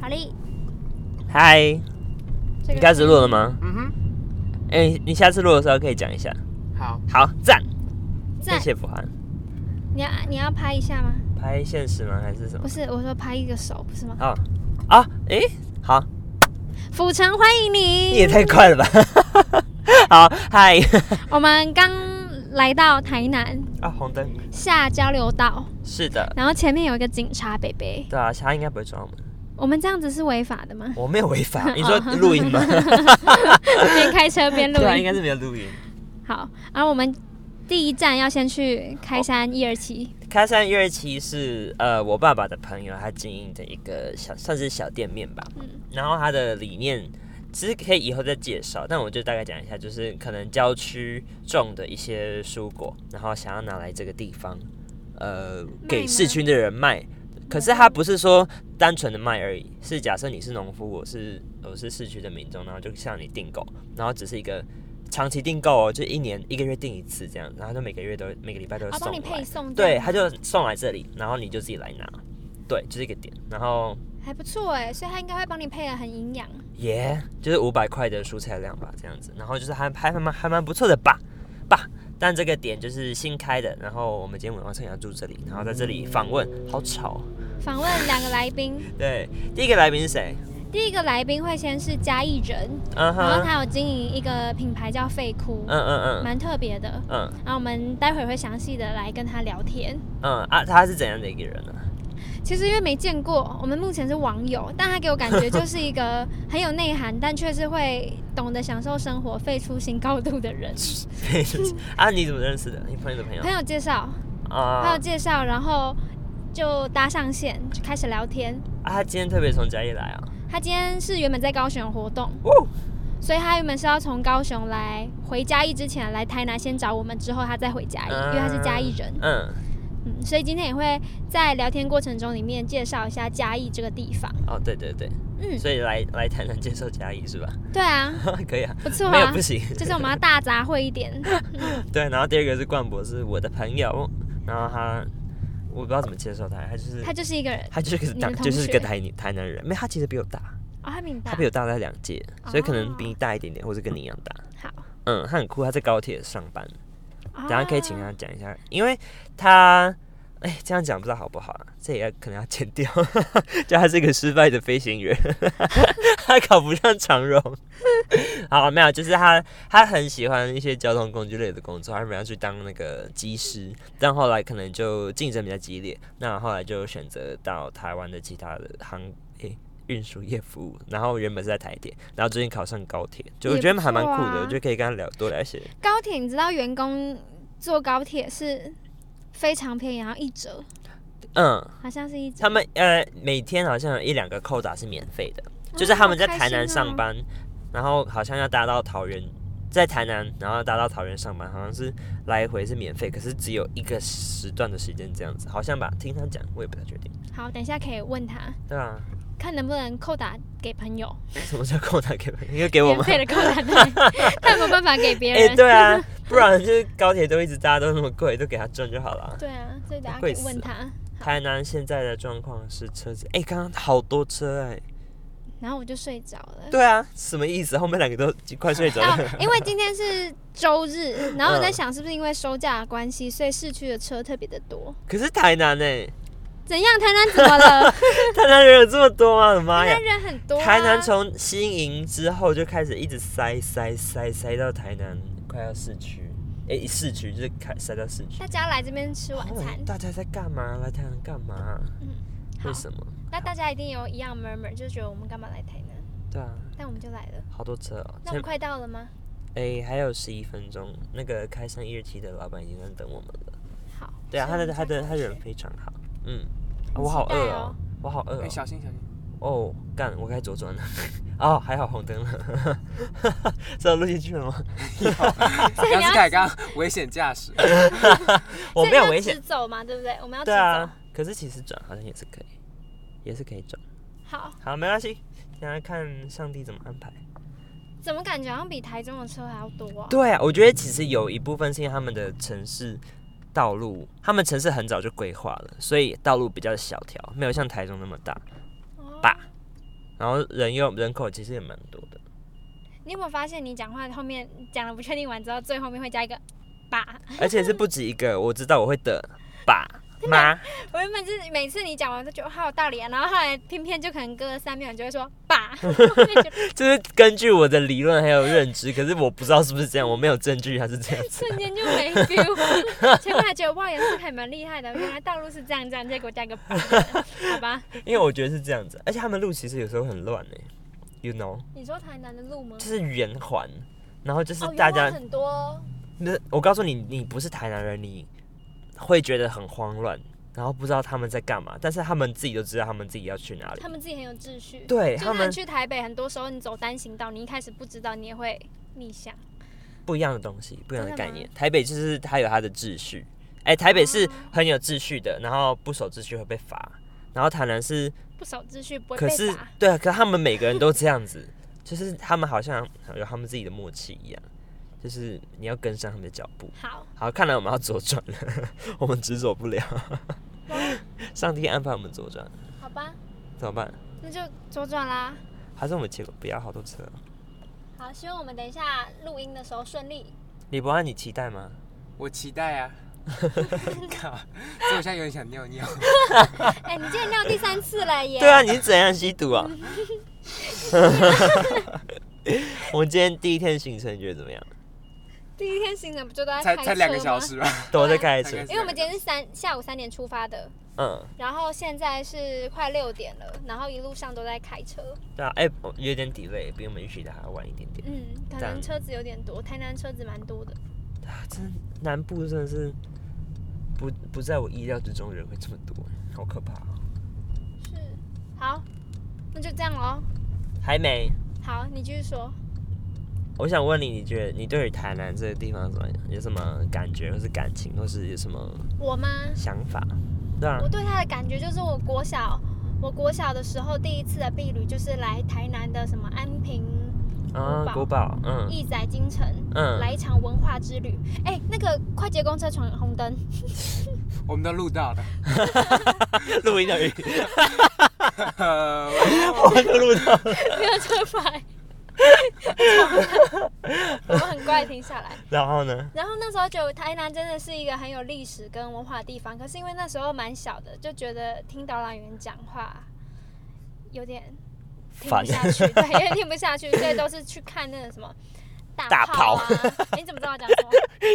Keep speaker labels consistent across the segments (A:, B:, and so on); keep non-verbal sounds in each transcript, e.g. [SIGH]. A: 好嘞，
B: 嗨，
A: 这
B: 你
A: 个
B: 开始录了吗？
C: 嗯哼，
B: 哎、你你下次录的时候可以讲一下。
C: 好，
B: 好，赞，谢
A: 赞，
B: 谢福涵。
A: 你要你要拍一下吗？
B: 拍现实吗？还是什么
A: 不？是，我说拍一个手，不是吗？
B: 好啊，哎、好，
A: 府城欢迎
B: 你
A: 你，
B: 也太快了吧！ [LAUGHS] 好，嗨，
A: 我们刚来到台南
B: [LAUGHS] 啊，红灯，
A: 下交流道，
B: 是的，
A: 然后前面有一个警察北北，
B: 对啊，他应该不会撞我们，？
A: 我们这样子是违法的吗哦
B: 我没有违
A: [LAUGHS]
B: 法。啊你说录音吗？
A: 边开车边录
B: 对啊，
A: 音。
B: 应该是没有录音。
A: 好，然后我们第一站要先去开山一二七，
B: 开山乐器是呃我爸爸的朋友他经营的一个小算是小店面吧，
A: 嗯
B: 然后他的理念其实可以以后再介绍，但我就大概讲一下，就是可能郊区种的一些蔬果，然后想要拿来这个地方，呃，给
A: 吗
B: 市区的人卖。可是他不是说单纯的卖而已，是假设你是农夫，我是呃我是市区的民众，然后就向你订购，然后只是一个长期订购哦，就一年一个月订一次这样，然后就每个月都每个礼拜都会
A: 我
B: 送
A: 哦帮你
B: 过来
A: 配送这
B: 对，
A: 样，
B: 他就送来这里，然后你就自己来拿，对，就这个点。然后
A: 还不错哎，所以他应该会帮你配的很营养。
B: 耶就是五百块的蔬菜量吧，这样子。然后就是还还还蛮还蛮不错的吧吧。但这个点就是新开的，然后我们今天晚上想要住这里，然后在这里访问，好吵哦。
A: 访问两个来宾，
B: 对，第一个来宾是谁？
A: 第一个来宾会先是嘉义人，
B: 嗯
A: 然后
B: 哼，
A: 他有经营一个品牌叫废窟，
B: 嗯嗯嗯
A: 蛮特别的。
B: 嗯
A: 然后我们待会儿会详细的来跟他聊天。
B: 嗯啊，他是怎样的一个人呢、
A: 其实因为没见过，我们目前是网友，但他给我感觉
B: [LAUGHS]
A: 就是一个很有内涵，但却是会懂得享受生活、废出新高度的人。
B: 啊，你怎么认识的？你朋友的朋友
A: 朋友介绍，朋
B: 啊
A: 友？介绍，然后就搭上线，就开始聊天。
B: 啊，他今天特别从嘉义来啊。
A: 他今天是原本在高雄活动，
B: 哦，
A: 所以他原本是要从高雄来回嘉义之前来台南先找我们，之后他再回嘉义，因为他是嘉义人。
B: 嗯，
A: 嗯，所以今天也会在聊天过程中里面介绍一下嘉义这个地方。
B: 哦，对对对，
A: 嗯，
B: 所以来来台南接受嘉义是吧？ [LAUGHS]
A: 对啊，
B: 可以啊，
A: 不错
B: 没有
A: 啊
B: 不，行。
A: 就是我们要大杂烩一
B: [LAUGHS]
A: 点。
B: 对，然后第二个是冠博，是我的朋友，然后他我不知道怎么介绍他，他就是
A: 他就是一个人，
B: 他就是个
A: 你的
B: 台
A: 同
B: 就是
A: 学
B: 个台台南人，没有他其实比我大，
A: 哦，他比你大哦
B: 他比我大概两届，所以可能比你大一点点，或者跟你一样大。
A: 好，
B: 嗯，他很酷，他在高铁上班，
A: 等
B: 等下可以
A: 哦
B: 请他讲一下，因为他。哎，这样讲不知道好不好啊？这也要可能要剪掉， [LAUGHS] 就他是一个失败的飞行员， [LAUGHS] 他考不上长荣。好，没有，就是他他很喜欢一些交通工具类的工作，他本来要去当那个机师，但后来可能就竞争比较激烈，那后来就选择到台湾的其他的航诶运输业服务，然后原本是在台铁，然后最近考上高铁，就我
A: 也
B: 觉
A: 不
B: 得还蛮
A: 错
B: 酷
A: 啊
B: 的，就可以跟他聊多聊一些。
A: 高铁，你知道员工坐高铁是非常便宜，然后一折，
B: 嗯，
A: 好像是一折。
B: 他们呃每天好像有一两个扣打是免费
A: 啊
B: 的，就是他们在台南上班，哦然后好像要搭到桃园，在台南然后搭到桃园上班，好像是来回是免费，可是只有一个时段的时间这样子，好像吧？听他讲，我也不太确定。
A: 好，等一下可以问他，[LAUGHS]
B: 对啊，
A: 看能不能扣打给朋友，
B: 什么叫扣打给朋友？要给我
A: 免
B: 吗？
A: 费的扣打，
B: [LAUGHS]
A: 对但没有办法给别
B: 哎、
A: 人。
B: 对啊，不然就是高铁都一直搭都那么贵，都给他赚就好
A: [LAUGHS]
B: 了。
A: 对啊，所以等下可以问他。
B: 台南现在的状况是车子，哎、刚刚好多车哎、
A: 然后我就睡着了。
B: 对啊，什么意思？后面两个都快睡着
A: [LAUGHS]
B: 了。
A: 哦，因为今天是周日，然后我在
B: 嗯
A: 想是不是因为收假的关系，所以市区的车特别的多。
B: [LAUGHS] 可是台南哎、
A: 怎样？台南怎么了？
B: 台南人有这么多吗？我的 [LAUGHS] 妈
A: 台
B: 呀
A: 南！人很多、啊。
B: 台南从新营之后就开始一直塞塞塞塞到台南，快要市区，诶，市区就是开塞到市区。哦
A: 大家来这边吃晚餐，
B: 大家在干嘛？来台南干嘛？
A: 好
B: 为，什么？
A: 那大家一定有一样 murmur，就觉得我们干嘛来台南？
B: 对啊，
A: 但我们就来了。
B: 好多车哦。
A: 那我们
B: 前
A: 快到了吗？
B: 诶，还有十一分钟，那个开山一日期的老板已经在等我们了。
A: 好。
B: 对啊，他
A: 所以我
B: 的
A: 们
B: 他的
A: 下
B: 他
A: 去
B: 人非常好。嗯，啊
A: 很
B: 我好
A: 期待
B: 饿
A: 哦 [LAUGHS]
B: 哦，我好饿
C: 哎、
B: 哦。
C: 小心小心，
B: 哦，干，我该左转了。 [LAUGHS] 哦，还好红灯了。 [LAUGHS] 这录进去了吗？啊
C: 杨志凯啊刚刚危险驾驶， [LAUGHS]
B: 我
A: 所以
B: 没有
A: 要
B: 危险
A: 直。走嘛，对不对？我们要直
B: 对
A: 走。
B: 啊，可是其实转好像也是可以，也是可以转。
A: 好，
B: 好，没关系，等下看上帝怎么安排。
A: 怎么感觉好像比台中的车还要多啊？
B: 对啊，我觉得其实有一部分是因为他们的城市道路，他们城市很早就规划了，所以道路比较小条，没有像台中那么大。
A: 哦
B: 吧然后人又人口其实也蛮多
A: [LAUGHS]
B: 的。
A: 你有没有发现，你讲话后面讲了不确定完之后，最后面会加一个爸？
B: 而且是不止一个，我知道我会的爸妈，
A: 我原本是每次你讲完都觉得好有道理啊，然后后来偏偏就可能隔了三秒，你就会说
B: [LAUGHS]
A: 爸，我就觉得
B: 这是根据我的理论还有认知，可是我不知道是不是这样，我没有证据它是这样
A: [LAUGHS]
B: 子。
A: 瞬间就没 feel。前面 [LAUGHS] 还觉得哇，也是还蛮厉害的，原来道路是这样这样，结果加一个爸，好吧？
B: 因为我觉得是这样子，而且他们路其实有时候很乱呢、y o u know，
A: 你说台南的路吗？
B: 就是圆环，然后就是
A: 哦，原
B: 大
A: 来
B: 家，
A: 很多
B: 那我告诉你，你不是台南人，你会觉得很慌乱，然后不知道他们在干嘛，但是他们自己都知道他们自己要去哪里
A: 他。们自己很有秩序。
B: 对
A: 就
B: 他
A: 是
B: 们
A: 去台北，很多时候你走单行道，你一开始不知道，你也会逆向。
B: 不一样的东西，不一样的
A: 真的
B: 概
A: 吗
B: 念。台北就是它有它的秩序，哎、台北是
A: 哦
B: 很有秩序的，然后不守秩序会被罚，然后台南是，
A: 不守秩序不会
B: 可
A: 被
B: 是
A: 罚。
B: 对啊，可他们每个人都这样子，就是他们好像有他们自己的默契一样，就是你要跟上他们的脚步。
A: 好，
B: 好，看来我们要左转了， [LAUGHS] 我们直走不了，上帝安排我们左转，
A: 好吧，
B: 怎么办？
A: 那就左转啦。
B: 还是我们结果不要好多车哦？
A: 好，希望我们等一下录音的时候顺利。
B: 李博安，你期待吗？
C: 我期待啊！靠，所以我现在有点想尿尿。
A: 哎、你今天尿第三次了耶！
B: 对啊，你是怎样吸毒啊？ [LAUGHS] 我们今天第一天行程你觉得怎么样？
A: 第一天行程不就都在
C: 才
A: 开
C: 才
A: 车
C: 两个
A: 吗
C: 小，时吧？
B: 都在开车
C: 大概，是
A: 因为我们今天是三下午三点出发的，
B: 嗯，
A: 然后现在是快六点了，然后一路上都在开车。
B: 对啊，哎、我有点 delay，比我们预期的还要晚一点点。
A: 嗯，可
B: 但
A: 能车子有点多，台南车子蛮多的。
B: 啊，真南部真的是不不在我意料之中，人会这么多，好可怕、哦。
A: 是，好，那就这样喽。
B: 还没，
A: 好，你继续说。
B: 我想问你，你觉得你对于台南这个地方怎么样？有什么感觉，或是感情，或是有什么
A: 我吗？
C: 嗯
B: 想法？对啊
A: 我，对他的感觉就是，我国小，我国小的时候第一次的避旅就是来台南的什么安平、
B: 啊，
A: 古
B: 古堡，嗯
A: 义载金城，
B: 嗯，
A: 来一场文化之旅。哎、那个快捷公车闯红灯，
C: 我们都录到了。
B: [LAUGHS] 录音
A: [LAUGHS]
B: 的语，
C: 呃，
B: 我都录到。
A: 没有车牌， [LAUGHS] 我们很快停下来。
B: 然
A: [LAUGHS]
B: 后呢？
A: 然后那时候觉得台南真的是一个很有历史跟文化的地方，可是因为那时候蛮小的，就觉得听导览员讲话有点听不
B: 烦
A: 下去，对，有点听不下去，所以都是去看那个什么
B: 大
A: 炮
B: 炮
A: 啊。你怎么知道我讲什
B: [LAUGHS]
A: 么？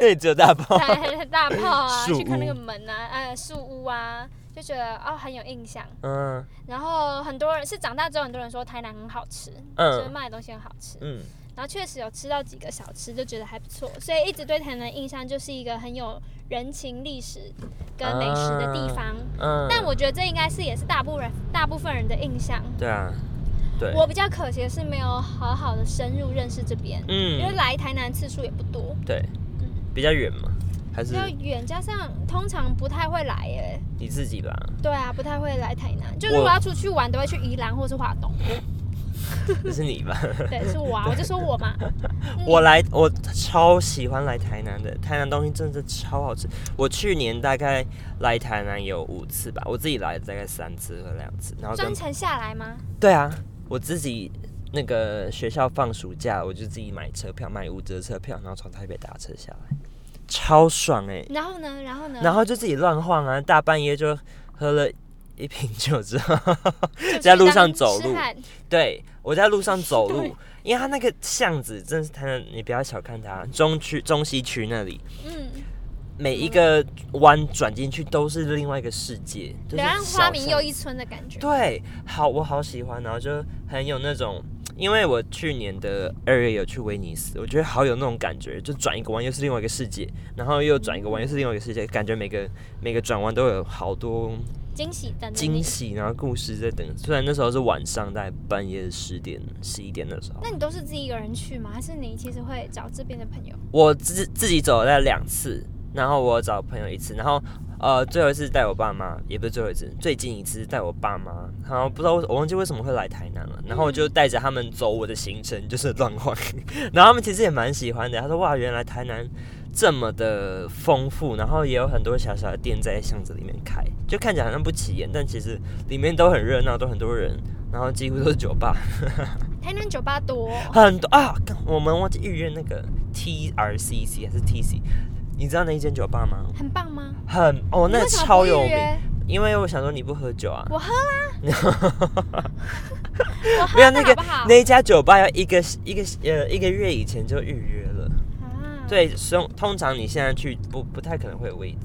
B: 那你只有大炮。
A: 对，大炮啊，
B: 树
A: 去看那
B: 屋
A: 个门啊，呃，树屋啊，就觉得哦很有印象。
B: 嗯
A: 然后很多人是长大之后，很多人说台南很好吃，就是
B: 嗯
A: 卖的东西很好吃。
B: 嗯，
A: 然后确实有吃到几个小吃，就觉得还不错，所以一直对台南的印象就是一个很有人情、历史跟美食的地方。
B: 嗯，
A: 但我觉得这应该是也是大部分人大部分人的印象。
B: 对啊，对，
A: 我比较可惜的是没有好好的深入认识这边，因为
B: 嗯，
A: 来台南次数也不多，
B: 对，比较远嘛，还
A: 比
B: 是
A: 较远，加上通常不太会来耶。
B: 你自己吧？
A: 对啊，不太会来台南，就
B: 我
A: 如果要出去玩，都会去宜兰或是华东。
B: 是你吧？
A: 对，是我啊，我就说我嘛。嗯
B: [LAUGHS] 我来，我超喜欢来台南的，台南东西真的超好吃。我去年大概来台南有五次吧，我自己来大概三次或两次，然后跟
A: 专程下来吗？
B: 对啊，我自己那个学校放暑假，我就自己买车票，买五折车票，然后从台北搭车下来，超爽哎、
A: 然后呢？然后呢？
B: 然后就自己乱晃啊，大半夜就喝了一瓶酒之后，
A: 就
B: 在
A: 去
B: 路
A: 当
B: 上走
A: 痴
B: 路
A: 汉
B: 对我在路上走路
A: 对，
B: 因为它那个巷子真的是它的，你不要小看它，中区中西区那里
A: 嗯，
B: 每一个弯转进去都是另外一个世界，就是
A: 柳暗
B: 小
A: 啊花明
B: 巷
A: 又一村的感觉。
B: 对，好，我好喜欢，然后就很有那种，因为我去年的二月有去威尼斯，我觉得好有那种感觉，就转一个弯又是另外一个世界，然后又转一个弯又是另外一个世界，感觉每个每个转弯都有好多
A: 惊喜等着
B: 惊
A: 你。
B: 喜，然后故事在等。虽然那时候是晚上，大概半夜十点、十一点的时候，
A: 那你都是自己一个人去吗？还是你其实会找这边的朋友？
B: 我自自己走了大概两次，然后我找朋友一次，然后呃最后一次带我爸妈，也不是最后一次，最近一次带我爸妈，然后不知道为什我忘记为什么会来台南了，然后我就带着他们走我的行程，就是乱晃， [LAUGHS] 然后他们其实也蛮喜欢的，他说哇原来台南这么的丰富，然后也有很多小小的店在巷子里面开，就看起来好像不起眼，但其实里面都很热闹，都很多人，然后几乎都是酒吧，
A: 台南酒吧多哦、
B: 很多啊。干我们忘记预约那个 TRCC 还是 TC，你知道那一间酒吧吗？
A: 很棒吗？
B: 很哦，那
A: 你
B: 个
A: 为什么
B: 超
A: 不预
B: 有名。
A: 约
B: 因为我想说你不喝
A: [LAUGHS]
B: 酒啊，
A: 我喝啦，我喝
B: 没
A: 的
B: 有那个
A: 好不好？
B: 那一家酒吧要一个一个呃一个月以前就预约了。
A: 啊，，
B: 对，所以通常你现在去不不太可能会有位置，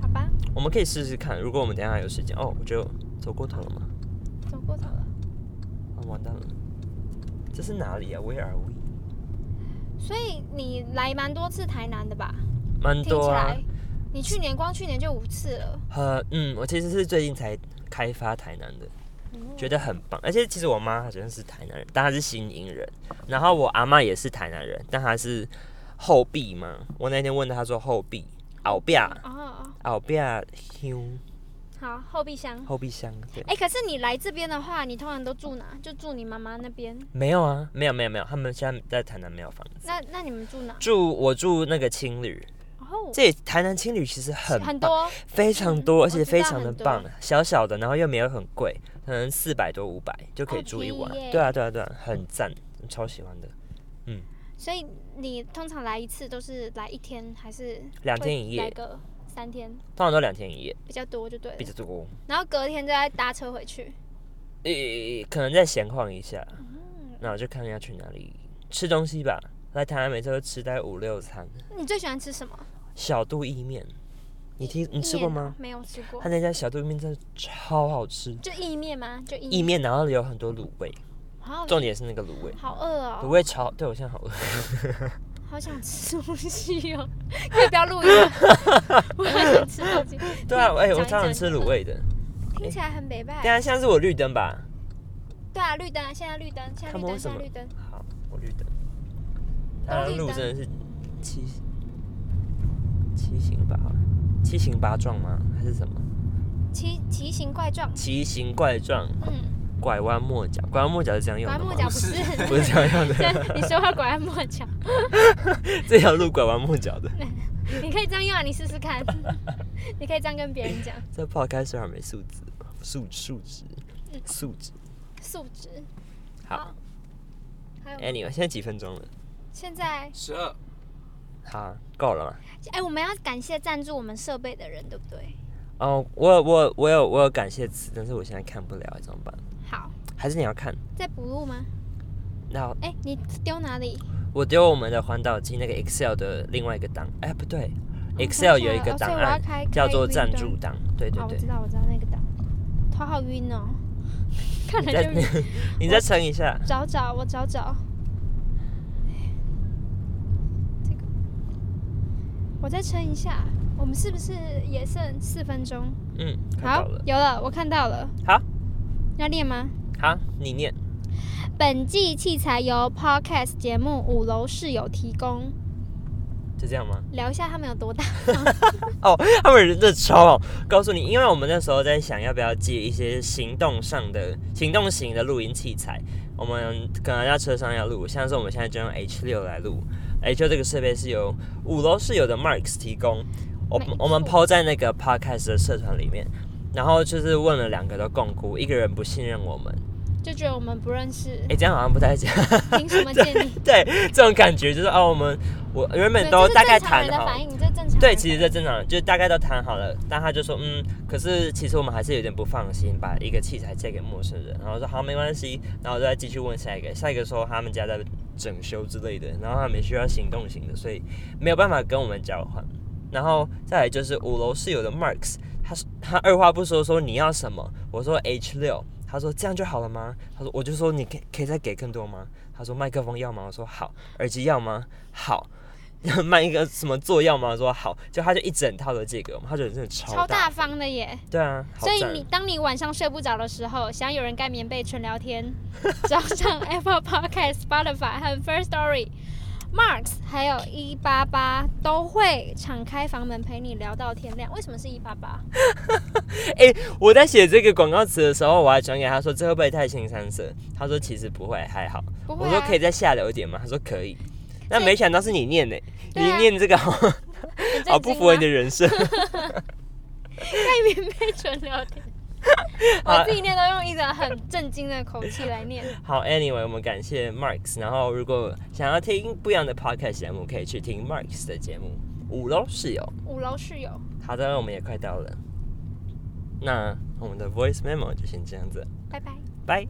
A: 好吧，
B: 我们可以试试看。如果我们等一下有时间，哦，我就走过头了吗？
A: 走过头了。
B: 啊、完蛋了，这是哪里啊？Where are we？
A: 所以你来蛮多次台南的吧？
B: 蛮
A: 听
B: 多
A: 起
B: 啊
A: 来，，你去年光去年就五次了。
B: 呃，嗯，我其实是最近才开发台南的，觉得很棒。而且其实我妈好像是台南人，但她是新营人，然后我阿嬷也是台南人，但她是后壁嘛。我那天问她，她说后壁、后壁、啊
A: 哦，
B: 后壁乡、
A: 好，后备箱。
B: 后壁乡，对。
A: 哎、可是你来这边的话，你通常都住哪？就住你妈妈那边。
B: 没有啊，没有没有没有，他们现在在台南没有房子，
A: 那那你们住哪？
B: 住我住那个青旅，
A: 哦，
B: 这里台南青旅其实很
A: 很
B: 棒，
A: 多。
B: 非常
A: 嗯
B: 多，
A: 我
B: 而
A: 知
B: 且非
A: 道
B: 常的
A: 很多
B: 棒，小小的，然后又没有很贵，可能四百多五百就可以
A: 哦
B: 住一
A: 便宜
B: 晚，
A: 耶
B: 对啊对啊对啊，很赞，超喜欢的，
A: 所以你通常来一次都是来一天，还是
B: 两天一夜
A: 会来个三天
B: 通常都两天一夜，
A: 比较多就对
B: 比
A: 了。
B: 较多，
A: 然后隔天再搭车回去。
B: 诶、呃可能再闲晃一下，
A: 嗯
B: 那我就看要去哪里吃东西吧，来台南每次都吃大概五六餐，
A: 你最喜欢吃什么？
B: 小肚意面，你听你吃过
A: 意面哦？
B: 吗
A: 没有吃过
B: 他。那家小肚意面真的超好吃。
A: 就意面吗？就意
B: 意。面，然后有很多卤味，
A: 好
B: 重点是那个卤味，
A: 好饿
B: 卤
A: 哦，
B: 味超，对我现
A: [LAUGHS]
B: 在好饿，
A: 好想吃东西哦。 [LAUGHS] 可以不要录音
B: [LAUGHS]
A: 吗？我好想吃东西。
B: 对啊，哎、
A: 讲哎
B: 我
A: 一
B: 超想
A: 讲
B: 吃卤味的。
A: 听起来很北派
B: 对。啊，现在是我绿灯吧？
A: 对啊，绿灯啊，现在绿灯，现在
B: 他
A: 绿
B: 们为
A: 灯，
B: 什
A: 现在
B: 么
A: 绿灯。
B: 好，我绿灯。
A: 都
B: 当然，
A: 绿
B: 路
A: 灯
B: 真的是七七行八七行八撞吗？还是什么？
A: 奇奇形怪状，
B: 奇形怪状，
A: 嗯，
B: 拐弯抹角，拐弯抹角是这样用
A: 拐
B: 的吗
A: 抹？角不是，
B: 不是这样用
A: 这样
B: 的，
A: [LAUGHS] 你说话拐弯抹角，
B: [LAUGHS] 这条路拐弯抹角的。
A: [LAUGHS] 你可以这样用啊，你试试看， [LAUGHS] 你可以这样跟别人讲，
B: 这 podcast 虽然没素质，素素质，素质。
A: 素质。
B: 好
A: 还有，
B: ，Anyway，现在几分钟了？
A: 现在，
C: 十二，
B: 好，够了吗？
A: 哎，我们要感谢赞助我们设备的人，对不对？
B: 哦，我有我有我有我有感谢词，但是我现在看不了，怎么办？
A: 好，
B: 还是你要看？
A: 在补录吗？
B: 那
A: 哎，你丢哪里？
B: 我丢我们的环岛机那个 Excel 的另外一个档，哎，不对
A: 我想
B: ，Excel
A: 起来
B: 有一个
A: 了哦所以
B: 档
A: 我要
B: 案
A: 开
B: 叫做
A: 开
B: 赞
A: Windows
B: 助档，对对
A: 哦，我
B: 对
A: 知。道，我知道那个档，头好晕哦， [LAUGHS] 看
B: 你
A: 来
B: 再
A: 就晕
B: 你再撑一下，
A: 找找，我找找。这个，我再撑一下。我们是不是也剩四分钟？
B: 嗯，看
A: 好
B: 到了，，
A: 有了，我看到了。
B: 好，
A: 要念吗？
B: 好，你念。
A: 本季器材由 Podcast 节目五楼室友提供。
B: 就这样吗？
A: 聊一下他们有多大？ [LAUGHS]
B: 哦，他们人真的超好。告诉你，因为我们那时候在想要不要借一些行动上的、行动型的录音器材，我们可能在车上要录，像是我们现在就用 H 六来录。H 六这个设备是由五楼室友的 Marks 提供，我
A: 没错
B: 我们 PO 在那个 Podcast 的社团里面，然后就是问了两个都共估，一个人不信任我们，
A: 就觉得我们不认识
B: 诶，，这样好像不太 [LAUGHS] 行。
A: 凭什么见
B: [LAUGHS]
A: 你？
B: 对，这种感觉就是哦，我们我原本
A: 对
B: 都
A: 这是
B: 大概
A: 正常
B: 谈
A: 人的
B: 好，
A: 反应，这正常。
B: 对，其实这正常，就大概都谈好了，但他就说，嗯，可是其实我们还是有点不放心，把一个器材借给陌生人。然后我说好，没关系，然后我再继续问下一个，下一个说他们家在整修之类的，然后他们需要行动型的，所以没有办法跟我们交换。然后再来就是五楼室友的 Marks，他是他二话不说说你要什么，我说 H 六，他说这样就好了吗？他说我就说你可以可以再给更多吗？他说麦克风要吗？我说好，耳机要吗？好，卖一个什么做药吗？我说好，就他就一整套的这个，他觉得真的超
A: 超大
B: 大，
A: 方的耶。
B: 对啊，好
A: 所以
B: 赞
A: 你当你晚上睡不着的时候，想有人盖棉被纯聊天， [LAUGHS] 找上 Apple Podcast、Spotify 和 First Story、Marks，还有一八八都会敞开房门陪你聊到天亮。为什么是一八八？
B: 我在写这个广告词的时候，我还传给他说这会不会太新三色？他说其实不会，还好。
A: 不会、
B: 我
A: 啊，
B: 说可以再下流一点吗？他说可以。那
A: 所以
B: 没想到是你念呢、
A: 对
B: 你
A: 啊
B: 念这个好
A: 很震
B: 啊好不
A: 惊
B: 符合
A: 吗
B: 你的人设。 [LAUGHS] 啊
A: 盖棉被纯聊天。我自己念都用一个很震惊的口气来念。
B: 好，Anyway，我们感谢 Marks。然后，如果想要听不一样的 Podcast 节目，可以去听 Marks 的节目《五楼室友
A: 五楼室友，》。
B: 好的，我们也快到了。那我们的 Voice Memo 就先这样子，
A: 拜拜。
B: 拜。